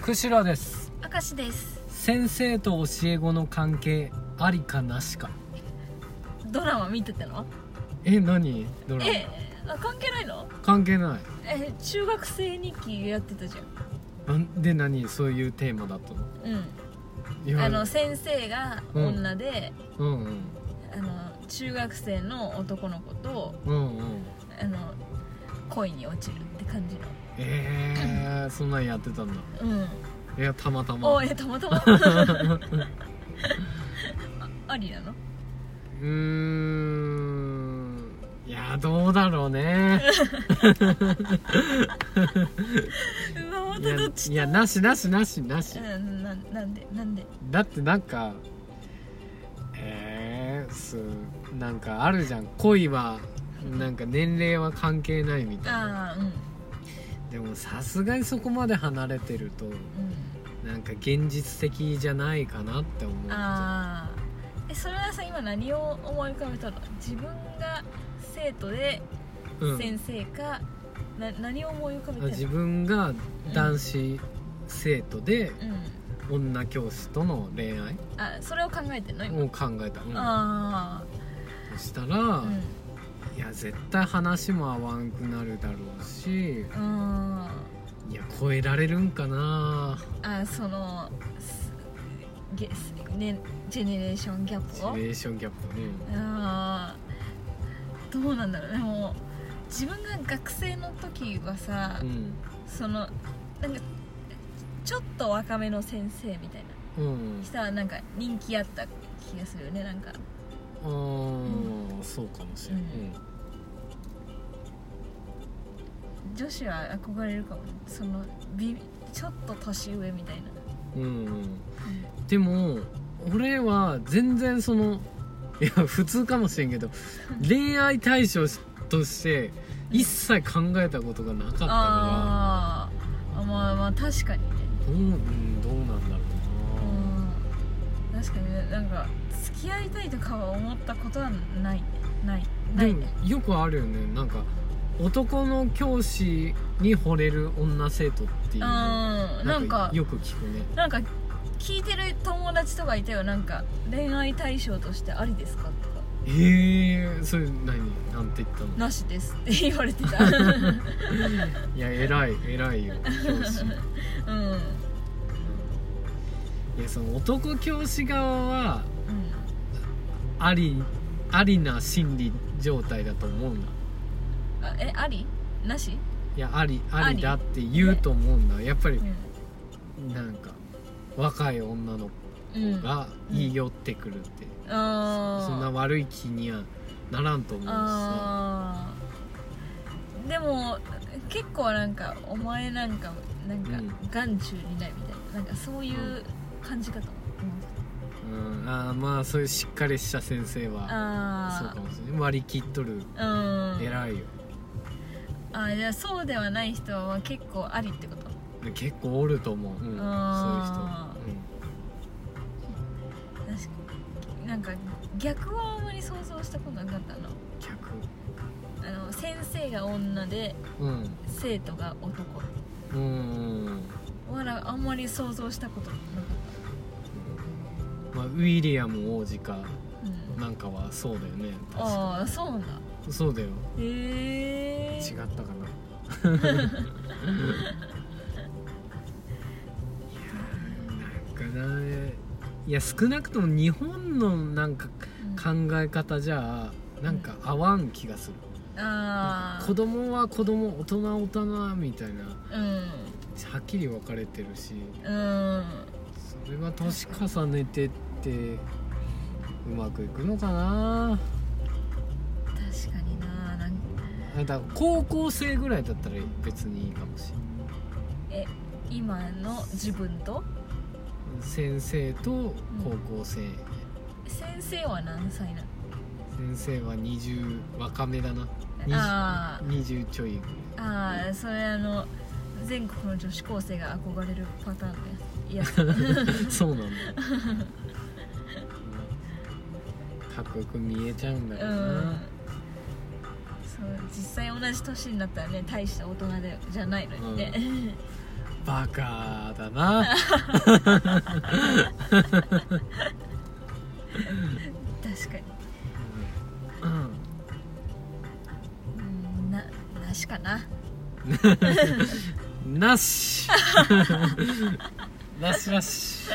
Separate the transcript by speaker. Speaker 1: 釧路です
Speaker 2: 明石です
Speaker 1: 先生と教え子の関係ありかなしか
Speaker 2: ドラマ見てたの
Speaker 1: え何ドラ
Speaker 2: えあ関係ないの
Speaker 1: マ関係な
Speaker 2: え中学生日記やってたじゃん
Speaker 1: いなんで何そういうテーマだったのい
Speaker 2: うん
Speaker 1: わ
Speaker 2: あ
Speaker 1: ゆる
Speaker 2: の先生が女で、
Speaker 1: うんうん
Speaker 2: あの中学生の男の子と
Speaker 1: うんうん
Speaker 2: あの恋に落ちるって感じ
Speaker 1: えー、そんなんやってたんだ
Speaker 2: のうん
Speaker 1: いやたまたま
Speaker 2: お
Speaker 1: う
Speaker 2: えたまた まあありなの
Speaker 1: ーんいやどうだろうね
Speaker 2: うわま
Speaker 1: い
Speaker 2: た
Speaker 1: や
Speaker 2: どっ ち
Speaker 1: いやなしなしなしなし
Speaker 2: うんななんでなんで
Speaker 1: だってなんかえー、すなんかあるじゃん恋はなんか年齢は関係ないみたいな
Speaker 2: ああうんうん
Speaker 1: でもさすがにそこまで離れてるとなんか現実的じゃないかなって思う
Speaker 2: あーえそれはさ今何を思い浮かべたの自分が生徒で
Speaker 1: うん
Speaker 2: 先生か、な何を思い浮かべ
Speaker 1: あ
Speaker 2: て
Speaker 1: 自
Speaker 2: るの
Speaker 1: 分が男子生徒で
Speaker 2: うん
Speaker 1: 女教師との恋愛
Speaker 2: あそれを考えてんの今、
Speaker 1: を考えた、うん、
Speaker 2: あ
Speaker 1: そしたら、
Speaker 2: あうん
Speaker 1: いや絶対話も合わんくなるだろうし
Speaker 2: あ
Speaker 1: いや超えられるんかな
Speaker 2: ーあそのすゲス、ね、ジェネレーションギャ
Speaker 1: ジ
Speaker 2: ップ
Speaker 1: ェ
Speaker 2: を
Speaker 1: ネレーションギャップね、
Speaker 2: あーどうなんだろうねもう自分が学生の時はさ、
Speaker 1: うん
Speaker 2: そのなんかちょっと若めの先生みたいな
Speaker 1: うん
Speaker 2: したらなんか人気あった気がするよねなんか
Speaker 1: あー、そうかもしれない、
Speaker 2: 女子は憧れるかもねそのビちょっと年上みたいな
Speaker 1: うんうんでも俺は全然そのいや普通かもしれんけど恋愛対象として一切考えたことがなかったか
Speaker 2: あーあまあまあ確かにね
Speaker 1: らどう,、うん、どうなんだろ
Speaker 2: うん確かにねなんか付き合いたいとかは思ったことはないねない
Speaker 1: うな、
Speaker 2: ない
Speaker 1: で
Speaker 2: ね
Speaker 1: もよくあるよねなんか男の教師に惚れる女生徒っていう
Speaker 2: うん
Speaker 1: の
Speaker 2: なんか
Speaker 1: よく聞くね
Speaker 2: なんか聞いてる友達とかいたよなんか恋愛対象としてありですかとか
Speaker 1: へえー、それ何なんて言ったの
Speaker 2: なしですって言われてた
Speaker 1: いや偉い偉いよ教 師
Speaker 2: うんうん
Speaker 1: いやその男教師側はありありな心理状態だと思うんだ
Speaker 2: あえありなし、
Speaker 1: いやありあ
Speaker 2: あり
Speaker 1: りだって言うと思うんだやっぱり
Speaker 2: うん
Speaker 1: なんか若い女の
Speaker 2: うん
Speaker 1: 子が言い寄ってくるって、
Speaker 2: あー
Speaker 1: そんな悪い気にはならんと思うしさ
Speaker 2: あーでも結構なんかお前なんかなんか
Speaker 1: うん
Speaker 2: 眼中にないみたいななんかそういう感じかと思う、
Speaker 1: うんあーまあそういうしっかりした先生はそう
Speaker 2: あ
Speaker 1: かもしれない割り切っとる
Speaker 2: あうん
Speaker 1: 偉いよ
Speaker 2: あーじゃあそうではない人は結構ありってこと
Speaker 1: 結構おると思う、うん、そういう人
Speaker 2: あー
Speaker 1: うん
Speaker 2: 確かになんか逆はあんまり想像したことなかったの
Speaker 1: 客
Speaker 2: あの先生が女で
Speaker 1: うん
Speaker 2: 生徒が男
Speaker 1: うん
Speaker 2: わらあんまり想像したことなかっ
Speaker 1: まあ、ウィリアム王子か
Speaker 2: た、うん、
Speaker 1: なんかはそうだよね確か
Speaker 2: ああそうなんだ
Speaker 1: そうだよ
Speaker 2: へえ
Speaker 1: 違ったかないや ーなんかないや少なくとも日本のなんか考え方じゃなんか合わん気がする
Speaker 2: ああ
Speaker 1: 子供は子供大人は大人みたいな
Speaker 2: うん
Speaker 1: はっきり分かれてるし
Speaker 2: うん
Speaker 1: それは年重ねてってうまくいくのかな
Speaker 2: 確かにななん
Speaker 1: だから高校生ぐらいだったら別にいいかもしれない
Speaker 2: え今の自分と
Speaker 1: 先生と高校生、
Speaker 2: 先生は何歳なの
Speaker 1: 先生は20若めだな20
Speaker 2: あ
Speaker 1: 20ちょ いぐらい
Speaker 2: あああそれあの全国の女子高生が憧れるパターンですいや
Speaker 1: そうなんだかっこよく見えちゃうんだ
Speaker 2: う
Speaker 1: ろうな、
Speaker 2: んそう実際同じ年になったらね大した大人でじゃないのにね、
Speaker 1: バカだ な
Speaker 2: 確かに
Speaker 1: うん
Speaker 2: うんななしかな
Speaker 1: なしなしなし